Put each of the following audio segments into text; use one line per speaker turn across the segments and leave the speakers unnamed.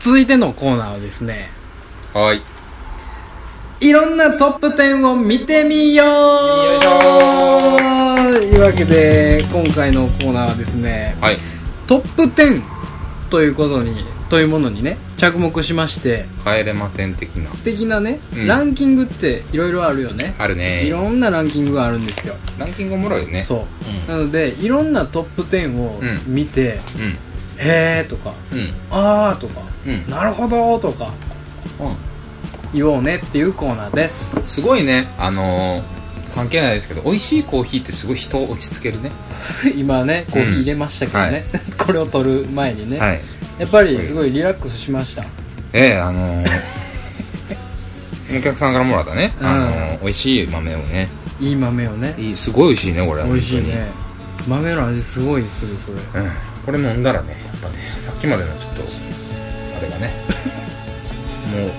続いてのコーナーはですね
はいよ
いろんなトップ10を見てみよう
いしょ
というわけで今回のコーナーはですね
はい
トップ10ということにというものにね着目しまして
帰れま点的な
的なね、
うん
ランキングっていろいろあるよね
あるね
いろんなランキングがあるんですよ
ランキングおもろいよね
そう、
うん
なのでいろんなトップ10を
うん
見て
うう
「へーとか
んうん
「あー」とか
うん
「なるほど」とか
う
言おうねっていうコーナーです
んすごいねあのー関係ないですけど美味しいコーヒーってすごい人を落ち着けるね
今ねコーヒー入れましたけどね、 これを取る前にね、
はい
やっぱりすごいリラックスしました
ええあの ーお客さんからもらったね、
うん
あのー美味しい豆をね
いい豆をね
いいすごい美味しいねこれ
美味しいね豆の味すごいするそれ
本当にうんこれ飲んだらねやっぱねさっきまでのちょっとあれが ね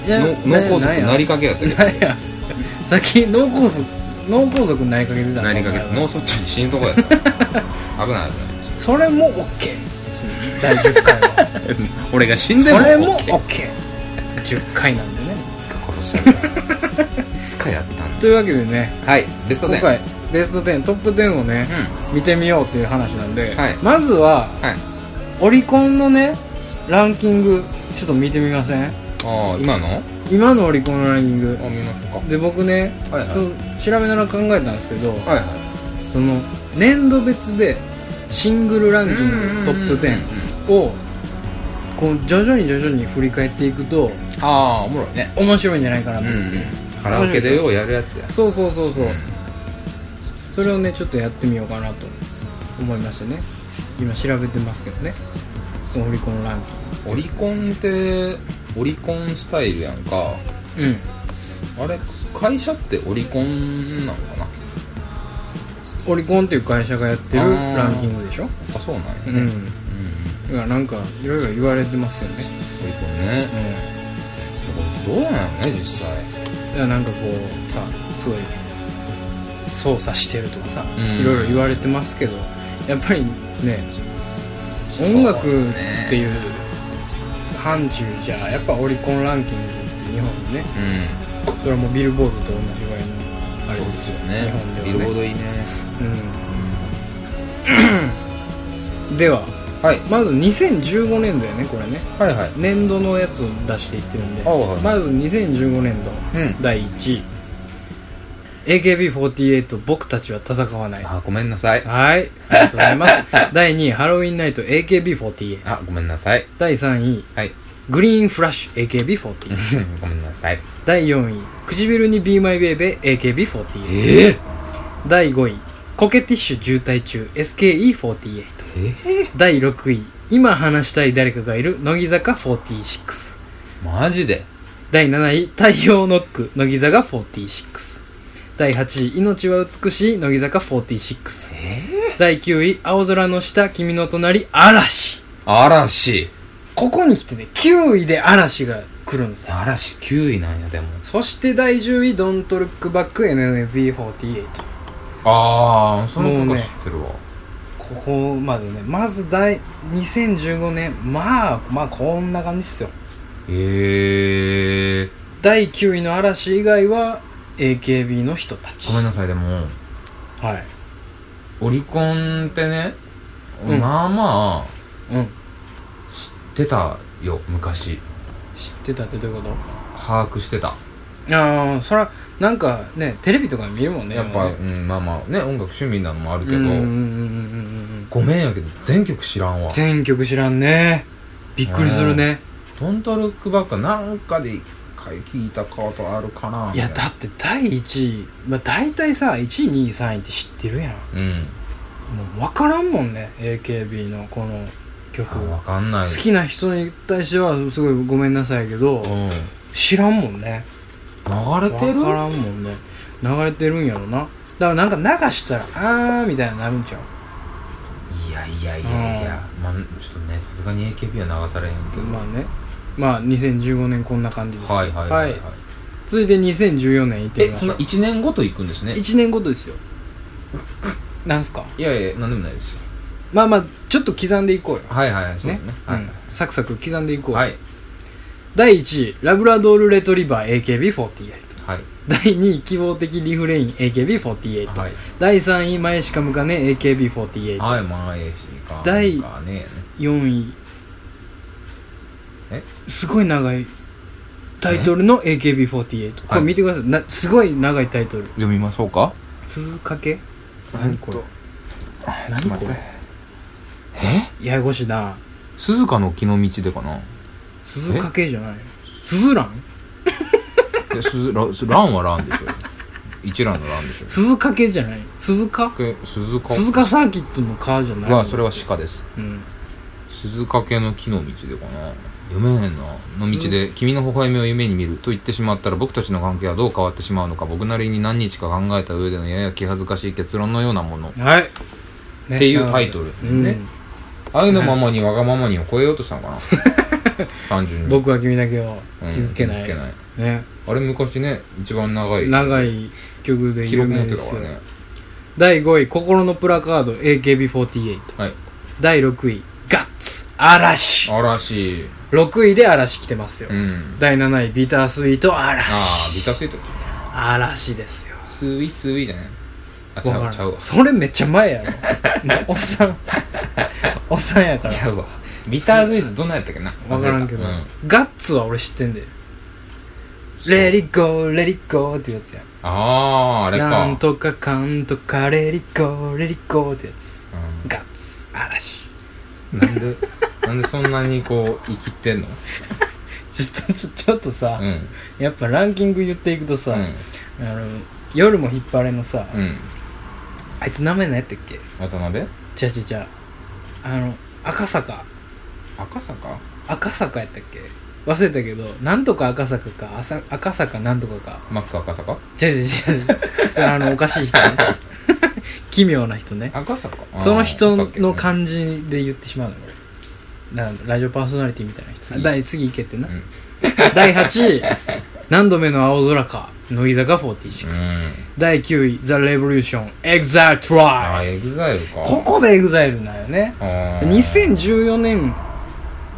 いや
もうの
な
脳梗塞なりかけやったけど
いやさっき脳梗塞脳梗塞になりかけてたの
なりかけ脳卒中で死ぬとこ やった危ない危ない
それも OK 第10回は
俺が死ん
そ
でも
れも
OK い
OK10 回なんでね
つか殺したんだいつかやったんだ
というわけでね
はいベスト
今
10
回ベスト10トップ10をね、見てみようっていう話なんで、
はい
まずは
うんはい
オリコンのねランキングちょっと見てみません
ああ今のあ
今のオリコンのランキング
見ましょう
で僕ね、
はいはい
ちょっと調べながら考えたんですけど、
かはいはい
その年度別でシングルランキングトップ
うんうんうん
10をこう徐々に徐々に振り返っていくと
ああおもろいね
面白いんじゃないかな
うん
と思って、
カラオケでようやるやつや
そうそうそうそう、
うん
それをねちょっとやってみようかなと思いましてね今調べてますけどねそのオリコンラン
オリコンってオリコンスタイルやんか
キングうん
あれ会社ってオリコンなのかな
オリコンっていう会社がやってるランキングでしょ
あそうなんや
う
ね
ん、
うん
だからなんかいろいろ言われてますよね
オリコンねどうなんやろね実際
いやなんかこうさすごい操作してるとかさ
うん
いろいろ言われてますけどやっぱりね音楽っていう範疇じゃやっぱオリコンランキングって日本でね
うん
それはもうビルボードと同じぐらいのあ
あ
れ
れで
ですす
よ
よ
ね
日本ではね
ビルボードいいね
うんでは
はい
まず2015年度やねこれね
はいはい
年度のやつを出していってるんで
あはい
まず2015年度、
うん
第1位 AKB48 僕たちは戦わないは
あごめんなさい
いありがとうございます第2位ハロウィンナイト AKB48
あごめんなさい
第3位
はい
グリーンフラッシュ AKB48
ごめんなさい
第4位唇に BeMyBaby AKB48
ええ
第5位コケティッシュ渋滞中 SKE48
ええ
第6位今話したい誰かがいる乃木坂46
マジで
第7位太陽ノック乃木坂46第8位命は美しい乃木坂46
ええ
第9位青空の下君の隣嵐
嵐
ここに来てね9位で嵐が来るんですよ
嵐9位なんやでも
そして第10位 Don't Look Back MMB48
ああそ
もうね
の曲は知ってるわ
ここまでねまず第2015年まあまあこんな感じっすよ
ええ
第9位の嵐以外は AKB の人たち
ごめんなさいでも
はい
オリコンってね
うん
まあまあ
うん
出たよ昔
知ってたってどういうこと
把握してた
ああそらなんかねテレビとか見るもんね
やっ
今
ぱ
ね
うんまあまあね音楽趣味なのもあるけ
うんうんうんうん
ど
うん
ごめんやけど全曲知らんわ
全曲知らんねびっくりするね
ドントルックバックなんかで一回聞いたことあるかない
やだって第1位、まあ、大体さ1位2位3位って知ってるやん
うん
もう分からんもんね AKB のこの曲
分かんない
好きな人に対してはすごいごめんなさいけど
うん
知らんもんね
流れ
分
てる
からんもんね流れてるんやろなだからなんか流したらあーみたいになるんちゃう
いやいやいやいや、まあ、ちょっとねさすがに AKB は流されへんけど、
まあねまあ2015年こんな感じです
はいはいはい、はい
続いて2014年行ってみ
え
ま
そ
しょ
の
う
1年ごと行くんですね
1年ごとですよなんすか
いやいや何でもないですよ
まあまあちょっと刻んでいこうよ
はいはいはいそう
ね
ですねはい
うんサクサク刻んでいこう、
はい
第1位ラブラドールレトリバー AKB48
はい
第2位希望的リフレイン AKB48、
はい
第3位前しか向かね AKB48、
はいまあええしか
第
かね
4位
え
すごい長いタイトルの AKB48 これ見てください、なすごい長いタイトル
読みましょうか
「鈴かけ」
え
何
っ
ことれ
ち
何
ょっと待
これ
ってえ
ややこしいな
鈴鹿の木の道でかな
鈴かけじゃない鈴蘭
いや鈴らランはランでしょ一蘭のランでしょ
鈴かけじゃない鈴か
け鈴鹿
鈴鹿サーキットのカじゃない
はそれは鹿です
うん
鈴掛の木の道でかな読めへんなの道で「君の微笑みを夢に見る」と言ってしまったら僕たちの関係はどう変わってしまうのか僕なりに何日か考えた上でのやや気恥ずかしい結論のようなもの
はい、ね
っていうタイトル
うん
ね愛のままにわがままにを超えようとしたのかな単純に
僕は君だけを
うん
気づけない,、
気づけない
ね
あれ昔ね一番長い
長い曲で
記
有
録持
名
って
で
た
す
か
よ、
らね
第5位「心のプラカード AKB48」
はい
第6位「ガッツ嵐
嵐」
6位で嵐来てますよ、
うん
第7位「ビタースイート嵐
ああビタスイート」
嵐ですよ
スイスイじゃないあちゃ
わ
う
か
ちゃ
ら
うんわ
それめっちゃ前やろ おっさんおっさんやから
ちゃうわビタースイートどんなんやったっけな
分からんけど、
う
ガッツは俺知ってんで「レリゴーレリゴー」っていうやつや
ああーあれか
なんとかかんとかレリゴーレリゴーってやつ
う
ガッツ嵐
んなんで なんでそんなにこう生きてん の
ちょっとちょちょっとさ、
うん
やっぱランキング言っていくとさ、
うん
あの夜も引っ張れのさ、
うん
あいつ名前何やったっけ
渡辺
ちゃちゃちゃあの赤坂
赤坂
赤坂やったっけ忘れたけどなんとか赤坂かあさ赤坂なんとかか
マック赤坂
ちゃちゃちゃそれあのおかしい人 ね奇妙な人ね
赤坂あー
その人
だっけ
の感じで言ってしまうの俺なんかラジオパーソナリティみたいな人
次
第次いけってな、
うん
第8位何度目の青空か乃木坂
う
46、
ん
第9位 The Revolution EXILE
あ
TRY
エグザイルか
ここで EXILE なんよね
あー
2014年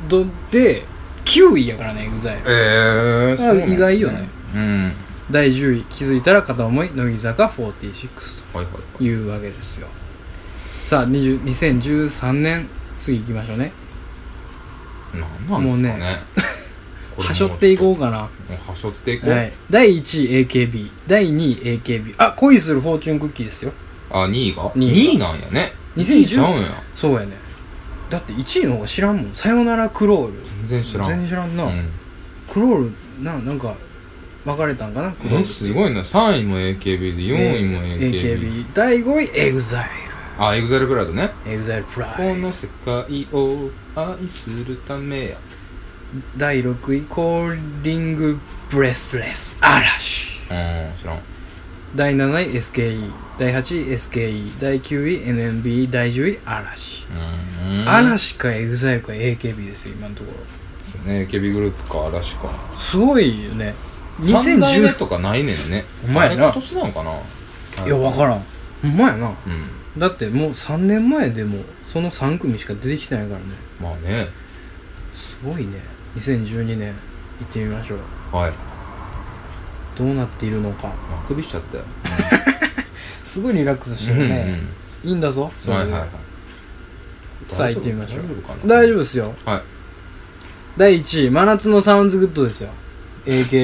度で9位やからね EXILE
ええ
あ意外よね
うん
第10位気づいたら片思い乃木坂46
はいはいは
というわけですよさあ20 2013年次行きましょうね
いなんなんですかねこれ
はしょっていこうかな
もうはしょっていこう
はい、第1位 AKB 第2位 AKB あ恋するフォーチュンクッキーですよ
あ2位が
二位が
2位なんやね
2010
2位ちゃうんや
そうやねだって1位の方が知らんもん「さよならクロール」
全然知らん
全然知らんな、
うん
クロールななんか別れたんかなクロー
え
ル
すごいな3位も AKB で4位も AKB
第5位 EXILE
あ EXILE クラウドね
EXILE プ
こ
ライ
の世界を愛するためや
第6位コーリングブレスレス嵐
うん知らん
第7位 SKE 第8位 SKE 第9位 NMB 第10位嵐、
うん
嵐か EXILE か AKB ですよ今のところ
そうね AKB グループか嵐か
すごいよね
3代目
2010
とかないねんね
ほんまや
あ
な
れ今年なのかない
やわからんほんまやな
うん
だってもう3年前でもその3組しか出てきてないからね
まあね
すごいね2012年行ってみましょう
はい
どうなっているのか
まあくびしちゃったよ
すごいリラックスしてるね、いいんだぞ
うんうんはいは
れ
いは
で
い
さあ行ってみましょう
大丈夫かな
大丈夫ですよ
はい
第1位真夏のサウンズグッドですよ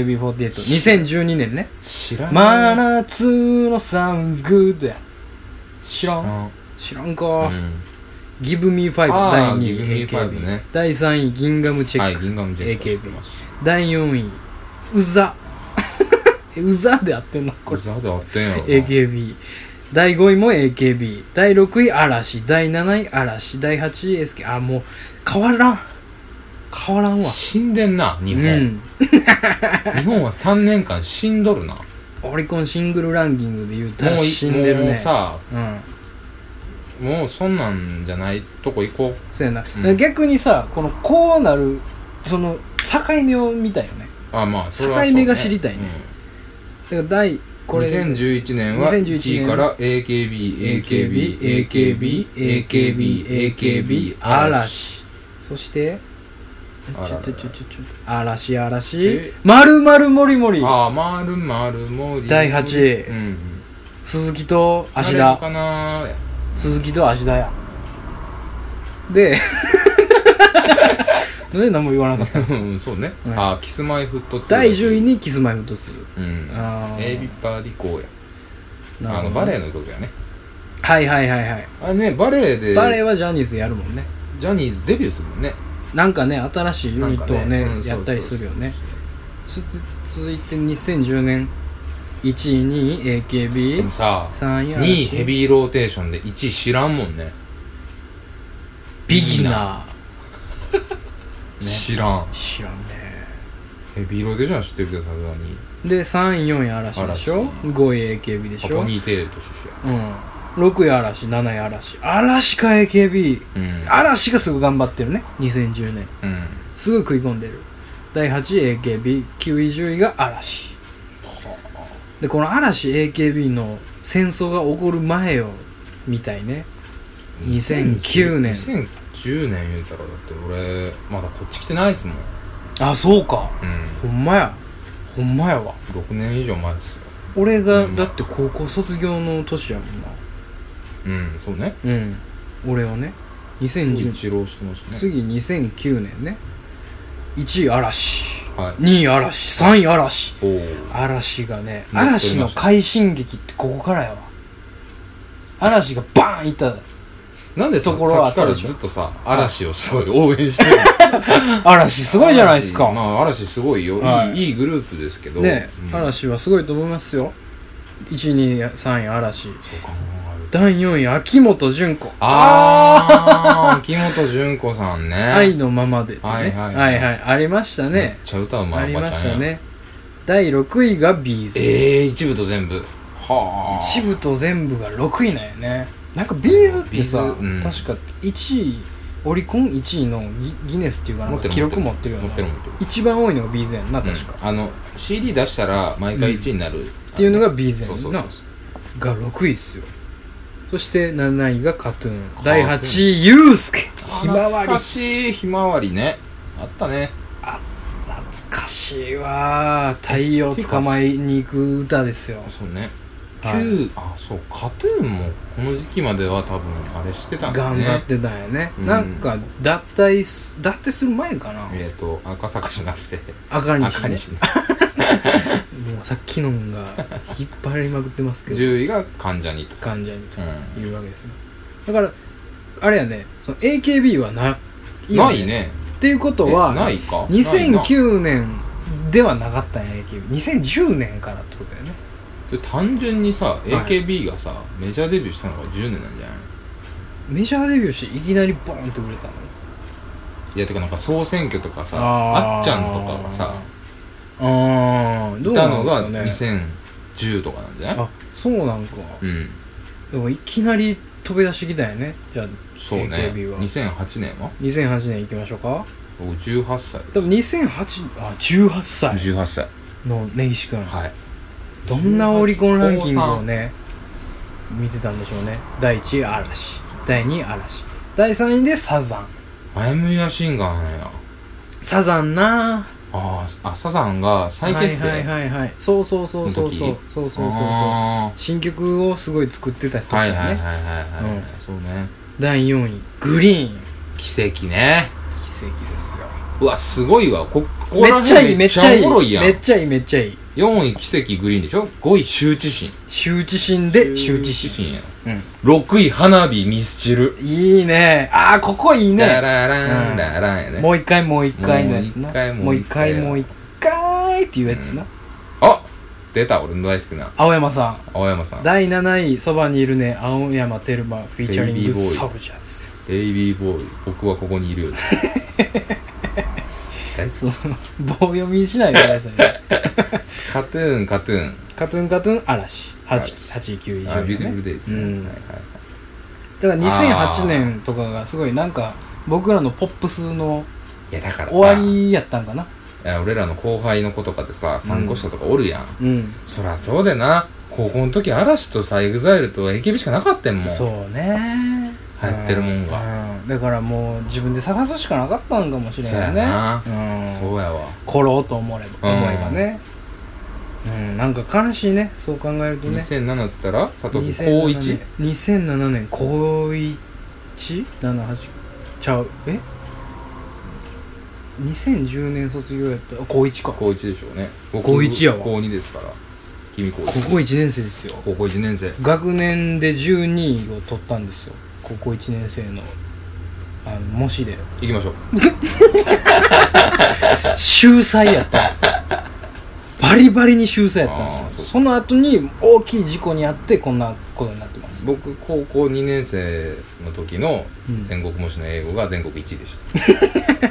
AKB482012 年ね
知らん
真夏のサウンズグッドや知ら
うんん
知らんか、
うん
ギブミーファイ
あー
ブ第2
Give Me
位
Five
AKB、
ね
第3位ギンガムチェック、
はい銀河のジェット知ってます
第4位う ざうざで合ってんのこ
こ
れ
れザであってんやろな
AKB 第5位も AKB 第6位嵐第7位嵐第8位 SK あもう変わらん変わらんわ
死んでんな日
う
本、
ん
日本は3年間死んどるなも
オリコンシングルランキングで言うたら
うい
死んでる
もう
ね
さ
うん
もうそんなんじゃないとこ行こう
そうやな、
うん
逆にさこのこうなるその境目を見たよね
あまあそれはそう、
境目が知りたいねだから第こ
これ
れ
2011年は
2011
1位から AKBAKBAKBAKBAKB 嵐
そして
あら
ち
ら
ょ
ら
ちょちょちょちょ嵐嵐
え
まるまるもりもり
ああ、まるまるもり。
第八位
うんうん。
鈴木と芦
誰の
田
かなー
鈴木と芦田やでなんで何も言わなかった
うん、そうね。
うん
ああ、キスマイフットツー
第10位。にキスマイムとする
うん。
あー
エビバディコーや。
な
あ
る
の、
ほど
バ
ね
レエの曲やね。
はいはいはいはい
あれね、バレエで、
バレエはジャニーズやるもんね
ジャニーズデビューするもんね。
なんかね新しいユニットをね
なんかねうん
やったりするよね
そうそう
つ続いて2010年1位2位
でも
AKB3
さ、
位
2位ヘビーローテーションで1位知らんもんね。
ビギナね
知らん
ー。知らんね
ヘビーローテーションは知ってるけど、さすがに。
で3位4位嵐でしょ
嵐
5位 AKB で
パ
しょ
ポニーテールとシュシュや。
うん6位嵐7位嵐嵐か AKB
うん。
嵐がすごい頑張ってるね2010年
うん。
すごい食い込んでる第8位 AKB9 位10位が嵐でこの嵐 AKB の戦争が起こる前をみたいね2009年
2010年言うたらだって俺まだこっち来てないですもん
あそうか
うん
ほんまやほんまやわ
6年以上前ですよ
俺が
うん
だって高校卒業の年やもんな
うんそうね
うん俺はね2010
一浪してますね
次2009年ね1位嵐
はい
2位嵐3位嵐
おお
嵐がね
乗っ取りまし
嵐
た
の快進撃ってここからやわ嵐がバーンいった
なんでさ
ところはあ
さっ
ったで
きから
しょ
ずっとさ嵐をすごい応援してる
嵐すごいじゃないです
ま
か
あ嵐すごいよ
はい
いいいいグループですけど
ね
うん
嵐はすごいと思いますよ123位嵐
そう考えると
第4位秋元純子
ああ秋元純子さんね
愛のままでってねは
はいい
は
はいい
ありました
めっ
ね
ちゃ歌うま
あ
いお
り
ば
ま
ち
し
ゃ
た
んや
ね第6位が B'z
ええ一部と全部はあ
一部と全部が6位なんやねなんか B'z ってさ、
B'z うん
確か1位オリコン1位のギギネスっていうかなんか記録持ってるよな
持ってる持ってる
一番多いのが B'z やんな確か、
うんあの CD 出したら毎回1位になる、
っていうのが B'z やんな
そうそうそう
が6位っすよそして7位が KAT−TUN
トゥーン
第8位ユースケひまわ
懐
り
かしいひまわりねあったね
懐かしいわー太陽捕まえに行く歌ですよ
そうね
はい
9、あそうカトゥーンもこの時期までは多分あれしてたんだ
頑
ね
張ってたんやね、
うん
なんか脱退す脱退する前かな
えっ、と赤坂じゃなくて
赤に
赤西ね
もうさっきのんが 引っ張りまくってますけど
10位が関ジャニと
患者にと
うん
いうわけですよだからあれやねその AKB はないよ
ないね
っていうこと
え
は
ないかないな
2009年ではなかったんや AKB2010 年からってことだよね
で単純にさ
い
AKB がさ、メジャーデビューしたのが10年なんじゃない
メジャーデビューしていきなりボーンって売れたの
いやてかなんか総選挙とかさ
ー
あっちゃんとかがさ
あーど
いう
な
た
ん
のが
ですかね
2010とかなんじゃない
あそうなんか
うん
でもいきなり飛び出してきたよねじゃあ
そうね
AKB は
2008年は
2008年行きましょうか
僕18歳
でも2008あ18歳
18歳
の根岸君
はい
どんなオリコンランキングをね見てたんでしょうね第1位嵐第2位嵐第3位でサザン
あやむやシンガーなんや
サザンな
あーあサザンが再結成
はいはいはいはいそうそうそうそうそう
の時
そうそうそうそう
あ
新曲をすごい作ってた
ー
人
は
ね、
いはいはいはいはい、
うん
そうね
第4位グリーン奇
奇跡ね
跡ですよ
うわすごいわこここ
め
ら
っちゃ
辺
いい
め
め
っ
っ
ち
ち
ゃ
ゃい
お
い
もろいやん
めっちゃいいめっちゃいい
4位奇跡グリーンでしょ5位羞恥心
羞恥心で羞恥心
心や
うん
6位花火ミスチル
いいねああここいい
ラ
ね
ラランラランやね
もう一回もう一回のやつなも
も
う
う
一
一
回
回
も
も
う
う
一回っていうやつな、
あ出た俺の大好きな
青山さ
青山さん
ん第7位そばにいるね青山テルマフィーチャリン
ベイビ
グ
ーボーイ
ソルジャーズ
ベイビーボーイ僕はここにいる よ大好き
棒読みしないでくださいね
カトゥーンカトゥーン
カトゥンカトゥン嵐
嵐
8 8位9位
あビューティ
10
フル
位、ね、
デイズ
うん
ねはいはい
だから2008
あー
年とかがすごいなんか僕らのポップスの
いやだからさ
終わりやったんかない
や俺らの後輩の子とかでさ参考者とかおるやん、
うん
そらそうでな高校の時嵐とさ EXILE と AKB しかなかったんもん
そうね
流行ってるもんが
うんんだからもう自分で探すしかなかったんかもしれんよ
そうや
ね
な
うん
そうやわ
来ろうと思えば
うん
思えばねうんなんか悲しいねそう考えるとね
2007っつったら佐藤君
2007
高
年
1?
2007年高 1?78 ちゃうえ2010年卒業やったあ高1か
高1でしょうね僕
高一やわ
高2ですから君高
高校
1
1年生ですよ
高校1年生
学年で12位を取ったんですよ高校1年生のあの模試で
行きましょう
秀才やったんですよバリバリに秀才やったん
あ
で
ー
す
そ
よ
う
その後に大きい事故にあってこんなことになってます
僕高校2年生の時の
うん
全国模試の英語が全国1位でした、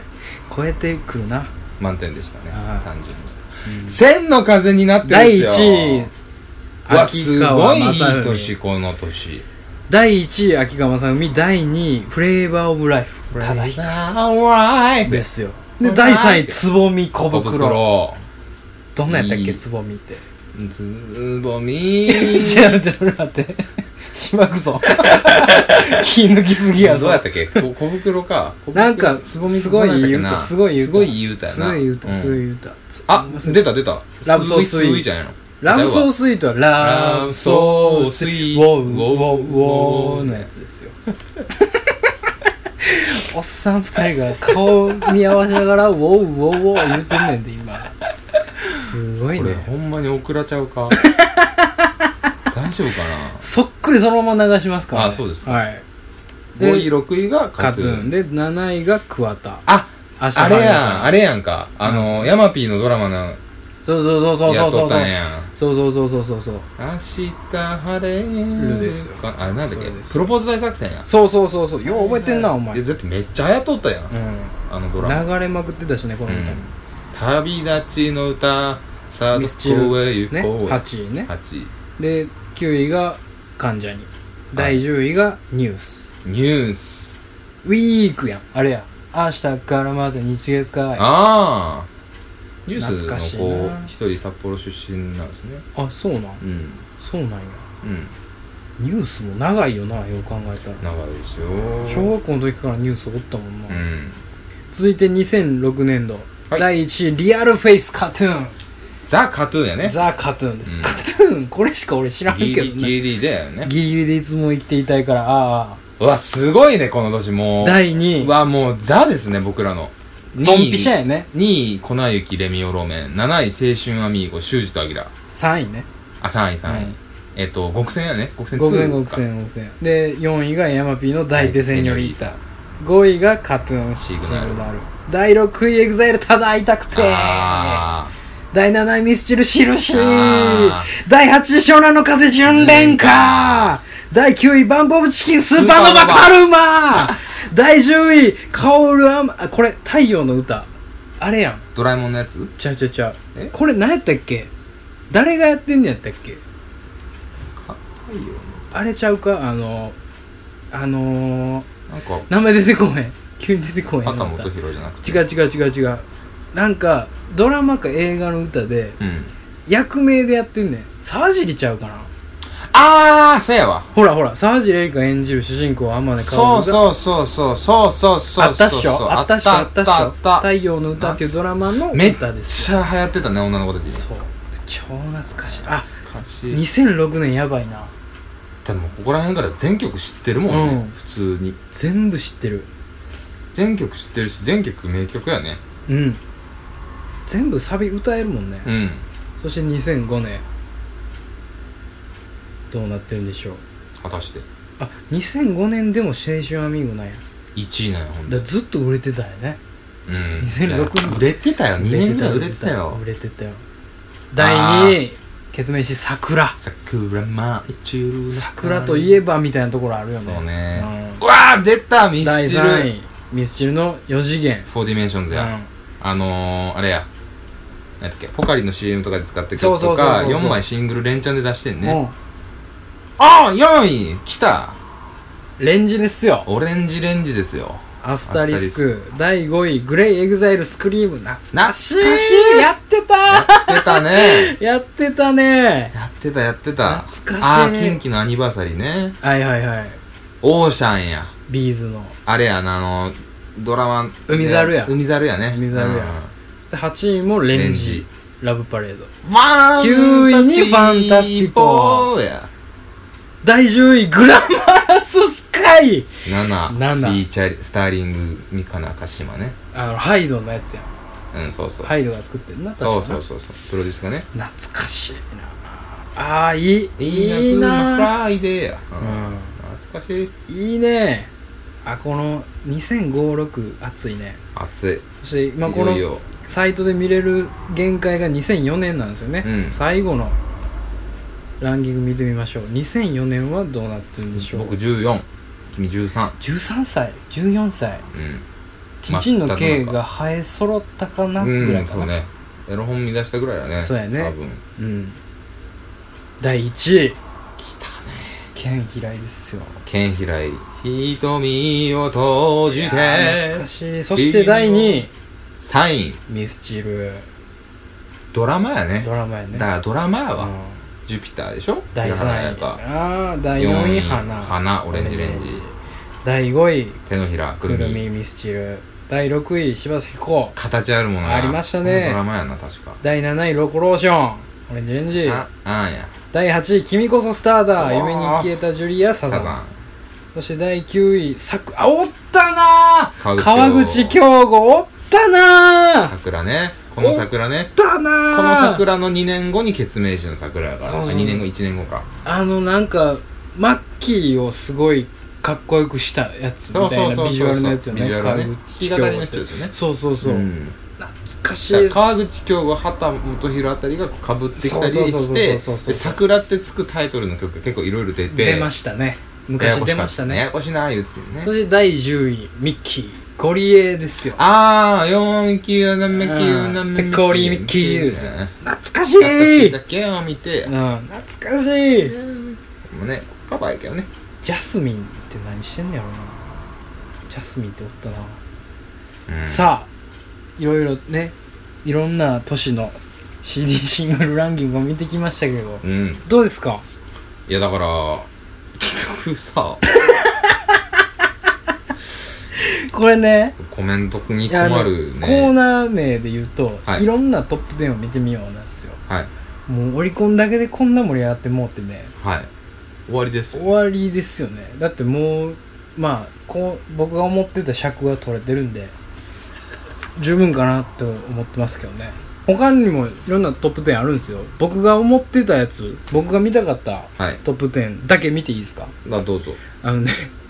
超えてくるな、
満点でしたね
あー
単純に千の風になってるんで
第
すよ
1位
うわすごいいい
文
年この年
第1位秋川雅史第2位フレーバーオブライフただ一
ライ
つで
ブ
すよで第3位つぼみ小
小
袋
袋
どんなんやったっ
い
け
い
つぼみって
つぼみ
違う違う待って しまくぞ 気抜きすぎや
ど
ぞ
うやったっけこ小袋か
なんかすごい言うとすごい言う
すごい言うたよ
す
な
ごい言うた
ん
すごい言うた
あ出た出た
ラブソースイー
スイじゃないの
ラブソー
ス
スイートはラブソースイートウォ
ラブソースイー
ウ
ト
ウォウウォウのやつですよ おっさん二人が顔見合わせながらウォウウォウウォウ言うてんねんで今すごい
これ
ね
ほんまにオクラちゃ うか大丈夫か
そっくりそのまま流しますから、ね、
あそうですか
はい
な
で
5位6位が
カ
カ
ト
ト
ゥ
ゥ
ー
ー
ン
ン
で7位が桑田
あ
明日
あれやんあ
れ
れやんかあのヤマピーのドラマの
そうそうそうそ
や
う
っ
そ
と
う
っ
そ
た
うん
や
そうそうそうそうそうそう
明日晴れ
る
る
ですよ
あれなんだっけ
そうです
プロポーズ大作戦や
そうそうそうそうよう覚えてんなお前
いやだってめっちゃ流行っとったやん
う
あのドラマ
ん流れまくってたしねこの歌も、
旅立ちの歌さあど
ミスチル
こへ行
ね
こう
8位ね
8
で9位が関ジャニ第10位がニュース、
ニュース
ウィークやんあれや明日からまた日月かあ
ああニュー
懐かし
ス
い
の子
な
一人札幌出身なんですね
そうなん
うん
そうなんや
うん
ニュースも長いよなよう考えたら
長いですよ
小学校の時からニュースおったもんな、
うん
続いて2006年度、
はい
第1位リアルフェイスカトゥーン
ザ・カトゥーンやね
ザ・カトゥーンです、
うん
カトゥーンこれしか俺知らんけ
ギ
ど
リ
ねギリ
ギリだよね
ギリでいつも生きていたいからああ
うわすごいねこの年もう
第2位
うわもうザですね僕らの
ドンピシャやね
2位粉雪レミオロメン7位青春アミーゴ修二とアキラ
3位ね
あ3位3位、
うん
えっと極戦やね極戦2
極戦
か
極戦極戦で4位がヤマピーの大手セニョリータ5位がカトゥーンシ
シ
グ
グ
ナ
ナ
ル
ル
第6位エグザイルただ痛くて
あー
第7位ミスチル印
あ
第8位湘南の風純恋歌第9位バンボブチキンスーパーノバ
スーパーノバ
カルマ第10位カオルアムあこれ太陽の歌あれやん
ドラえもんのやつ
ちゃうちゃうちゃう
え
これ何やったっけ誰がやってんのやったっけ
か太陽の
あれちゃうかあのあのー、
なんか
名前出てこへん 急に出てこへん
畑
なった
元博じゃなくて
違う違う違う違うなんかドラマか映画の歌で
うん
役名でやってんねん沢尻ちゃうかな
ああそうやわ
ほらほら沢尻エリカ演じる主人公天音薫
そう
が
そうそうそうそうそうそう
あったっし
そうそ
ょ
う
あったっしょあったっしょ
あったあ
太
っ
陽の歌っていうドラマの
ためっち
歌ですよ
ゃ流行ってたね女の子たち
そう超懐かしいあ
懐かしい
2006年やばいな
でもここら辺から全曲知ってるもんね、
うん
普通に
全部知ってる
全曲知ってるし全曲名曲やね
うん全部サビ歌えるもんね
うん
そして2005年どうなってるんでしょう
果たして
あ2005年でも青春アミーゴなんや
1位なんやほん
だ
と
からずっと売れてたよね
うん
2006
いや売れてたよ2年ぐらい売れてたよ
売れてたよ第2位決めし桜
桜舞い散る
桜といえばみたいなところあるよね
そうねうわー出た
う
ミ
ん、
ス
第
チル
3位ミスチルの4次元
フォーディメンションズや、あのー、あれや何だっけポカリの CM とかで使ってる曲
そうそう
と
そう
か
そう
4枚シングル連チャンで出してん
うん
ね
も
ああ4位来た
うレンジですよ
オレンジレンジですよ
アスタリス
ア
ク第5位グレイエグザイルスクリーム懐かしい
懐かしい
やって
や
た
ってたね
やってたね
やってたやってた
懐かしい
ああキンキのアニバーサリーね
はいはいはい
オーシャンや
ビーズの
あれやなあのドラマ
海猿や
海猿やね
海猿やで8位も
うん
レ
レ
ン
ン
ジ
ジ
ラブパレード
ファ
9位にファンタスティポ
ーや
第10位グラマラススカイ
7
七
フィーチャースターリング三日中島ね
あのハイドのやつやん
うんそうそう
ハイドが作ってるな確か
そう
な
そうそうそうプロデュースがね
懐かしいなあーいい
いいな
な
フライデーや
うん
うん懐かしい
いいねあこの2056熱いね
熱い
そして今
い
こ
よ
の
いよ
サイトで見れる限界が2004年なんですよね、
うん
最後のランキング見てみましょう2004年はどうなってるんでしょう
僕14君13
13歳14歳
うん
父の
真
毛
っ只中
が生え揃ったかなぐらい
うん
か
そ
な、
うねエロ本見出したぐらいだね
そうやね
多分
うん第1位
来た
剣嫌いですよ
剣平井瞳を閉じ
いやー
て
懐かしいそして第2位
サイン
ミスチル
ドラマやね
ドラマやね
だからドラマやわ、
うん
ジュピターでしょ
第
平原
3
綾
位
香
ああ第4位花
花オレンジレンジ
第5位
手のひら
く
くる
る
み
みミスチル第6位柴咲コウ
形あるものや
ありましたね
このドラマやな確か
第7位ロコローションオレンジレンジ
ああんや
第8位君こそスターだ
うわー
夢に消えたジュリアサ
サ
ザ
ザ
ン
ン
そして第9位さくあおったなー
川口
川口京吾おったなーおっ
桜ねこの桜ね
たな
こ
ー
の桜の2年後に結明時の桜やから
そうそう
2年後1年後か
あのなんかマッキーをすごいかっこよくしたやつ
そ
み
う
た
そ
いうな
そう
ビジュアルのやつよね
ビジュアル
川
ね弾
口
き
京吾
語り
っ
の
て
人ですよね
そうそうそう、
うん
懐かし
だか
い
ら川口京吾畑元博あたりがかぶってきたり
そうそうそうそうそう
して
そうそうそう
で桜ってつくタイトルの曲が結構いろいろ出て
出ましたね昔出ました
や
ね
やこしいな言うつって
そ
ね
して第10位ミッキーゴリエですよ
ああ4ミキューナメキュ
う
ー
ん
ナメ
ペコリミキュー
ね
懐かしい
だけを見て
うん懐かしい
もうねカバーやけどね
ジャスミンって何してんねやろなジャスミンっておったな、
あ
さあいろいろねいろんな都市の CD シングルランキングを見てきましたけど
うん
どうですか
いやだから結局さ
これね
コメントに
いやあの
困る
コー
ね
ナー名で言うと、、
はいい
ろんなトップ10を見てみようなんですよ
はい
もうオリコンだけでこんな盛り上がってもうってね
はい終わりです
終
よ
わりですよねだってもうまあこう僕が思ってた尺が取れてるんで十分かなと思ってますけどね他にもいろんなトップ10あるんですよ僕が思ってたやつ僕が見たかった
はい
トップ10だけ見ていいですか
あどうぞ
あのね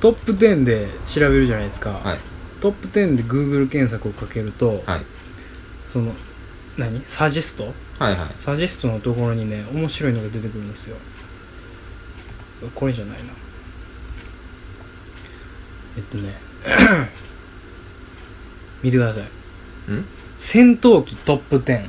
トップ10で調べるじゃないですか、
はい
トップ10で Google 検索をかけると、
はい
その何サジェスト
はいはい
サジェストのところにね面白いのが出てくるんですよこれじゃないなえっとね 見てください
ん
戦闘機トップ10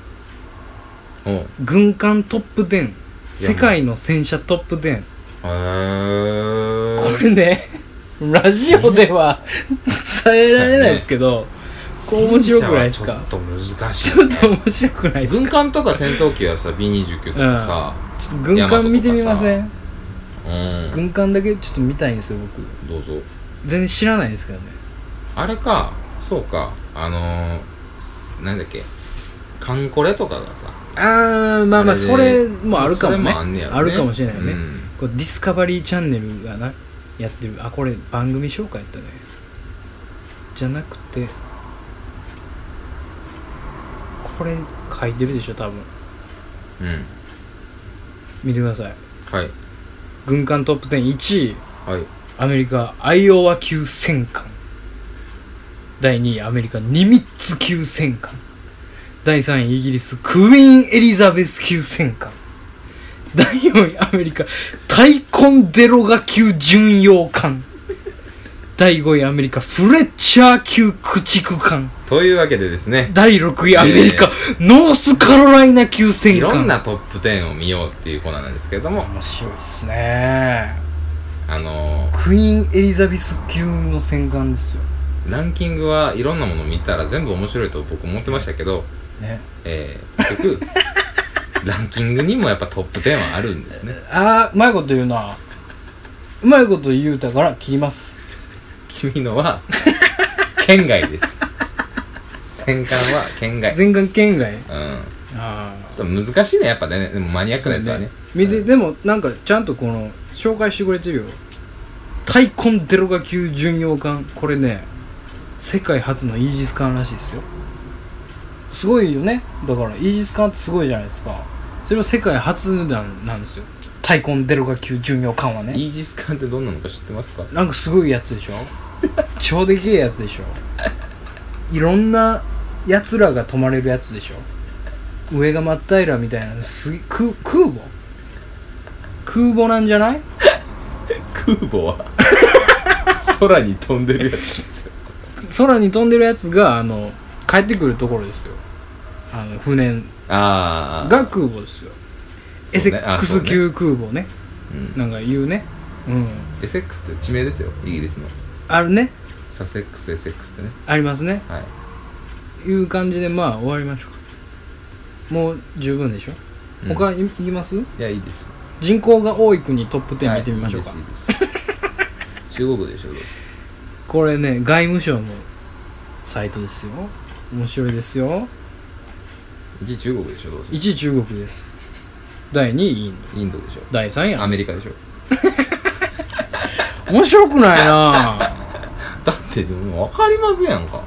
おう
軍艦トップ10世界の戦車トップ10
へー
これねラジオでは伝えられないですけど、こう面白くないですか
戦車はちょっと難しい
ちょっと面白くないです
軍
か
艦とか戦闘機はさ B29 とかさ、
ちょっと軍艦見てみません
うん、
軍艦だけちょっと見たいんですよ僕
どうぞ
全然知らないですけどね
あれかそうかあのー、なんだっけカンコレとかがさ
あーまあまあ
あれで
それもあるかもね
それもあんねやろね
あるかもしれないよね、
うん
こうディスカバリーチャンネルがなやってるあこれ番組紹介やったねじゃなくてこれ書いてるでしょ多分
うん
見てください
はい
軍艦トップ101位
はい
アメリカアイオワ級戦艦第2位アメリカニミッツ級戦艦第3位イギリスクイーンエリザベス級戦艦第4位アメリカタイコンデロガ級巡洋艦第5位アメリカフレッチャー級駆逐艦
というわけでですね
第6位アメリカ、ノースカロライナ級戦艦
いろんなトップ10を見ようっていうコーナーなんですけれども
面白いっすね
あの
クイーンエリザベス級の戦艦ですよ
ー、ランキングはいろんなもの見たら全部面白いと僕思ってましたけど、
ね
えー、結局ランキングにもやっぱトップ10はあるんですね
ああうまいこと言うなうまいこと言うたから切ります
君のは県外です戦艦は県外
全館圏外
うん
ああ
ちょっと難しいねやっぱねでもマニアックなやつはね
見てでもなんかちゃんとこの紹介してくれてるよ「タイコンデロガ級巡洋艦」これね世界初のイージス艦らしいですよすごいよねだからイージス艦ってすごいじゃないですかそれは世界初なんなんですよタイコンデロガ級巡洋艦はね
イージス艦ってどんなのか知ってますか
なんかすごいやつで しょ超でけえやつでしょいろんなやつらが泊まれるやつでしょ上が真っ平らみたいなすげ空空母空母なんじゃない
空母は空に飛んでるやつですよ
空に飛んでるやつがあの帰ってくるところですよあの船
ああ
が空母ですよ、エ
そ
セ
うねあ
ックス級空母ね
うん
なんか言うねうん
エセックスって地名ですよイギリスの
あるね
サセックスエセックスってね
ありますね
はい
いう感じでまあ終わりましょうかもう十分でしょ、
うん
他いいきます
いやいいです
人口が多い国トップ10見てみましょうか、
はいいいですいいです中国でしょどうせ
これね外務省のサイトですよ面白いですよ
1位中国でしょどうせ
1位中国です第2位インド
インドでしょ
第3位
ア
や
メリカでしょ
面白くないな ぁ
だってでも分かりますやんか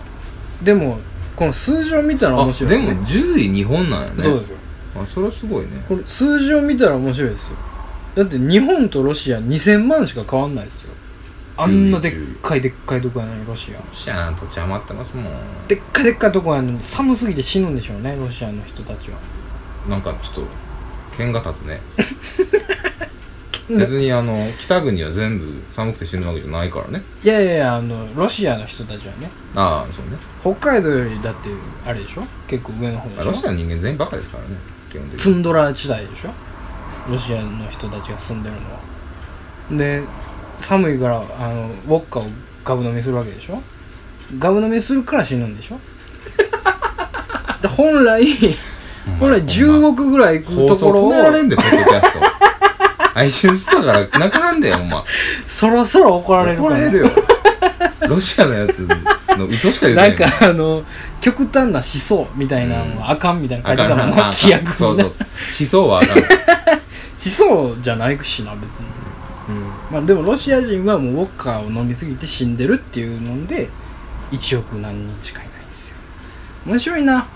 でもこの数字を見たら
あ
面白い、ね、
でも10位日本なんやね
そうですよ
あそれはすごいね
これ数字を見たら面白いですよだって日本とロシア2000万しか変わんないですよあんなでっかいでっかいとこやのにロシア
シャーン土地余ってますもん
でっかいでっかいとこやのに寒すぎて死ぬんでしょうねロシアの人たちは
なんかちょっと剣が立つ ね別にあの北国は全部寒くて死ぬわけじゃないからね
いやいやいやあのロシアの人たちはね
ああそうね
北海道よりだってあれでしょ結構上の方でし
あ
ょ
ロシアの人間全員バカですからね基本的
ツ
に
ンドラ地帯でしょロシアの人たちが住んでるのはで寒いからあのウォッカをガブ飲みするわけでしょガブ飲みするから死ぬんでし ょで本来本来10億ぐらい行く
放
とこ
送
ろ
止
を
められんでポッドキャスト iTunes とかなくなんだよお前
そろそろ怒られる
怒られるよロシアのやつの嘘しか言うて
な
なんいもん
かあの極端な思想みたいなのはあかんみたいな書い
あ
て
か
た
ん
もん
あかんあかん
な規約にな
そうそう思想はあかん
思想じゃないしな別に、まあ、でもロシア人はもうウォッカーを飲みすぎて死んでるっていうので1億何人しかいないんですよ面白いな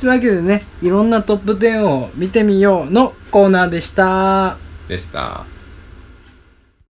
というわけでねいろんなトップ10を見てみようのコーナーでした
でした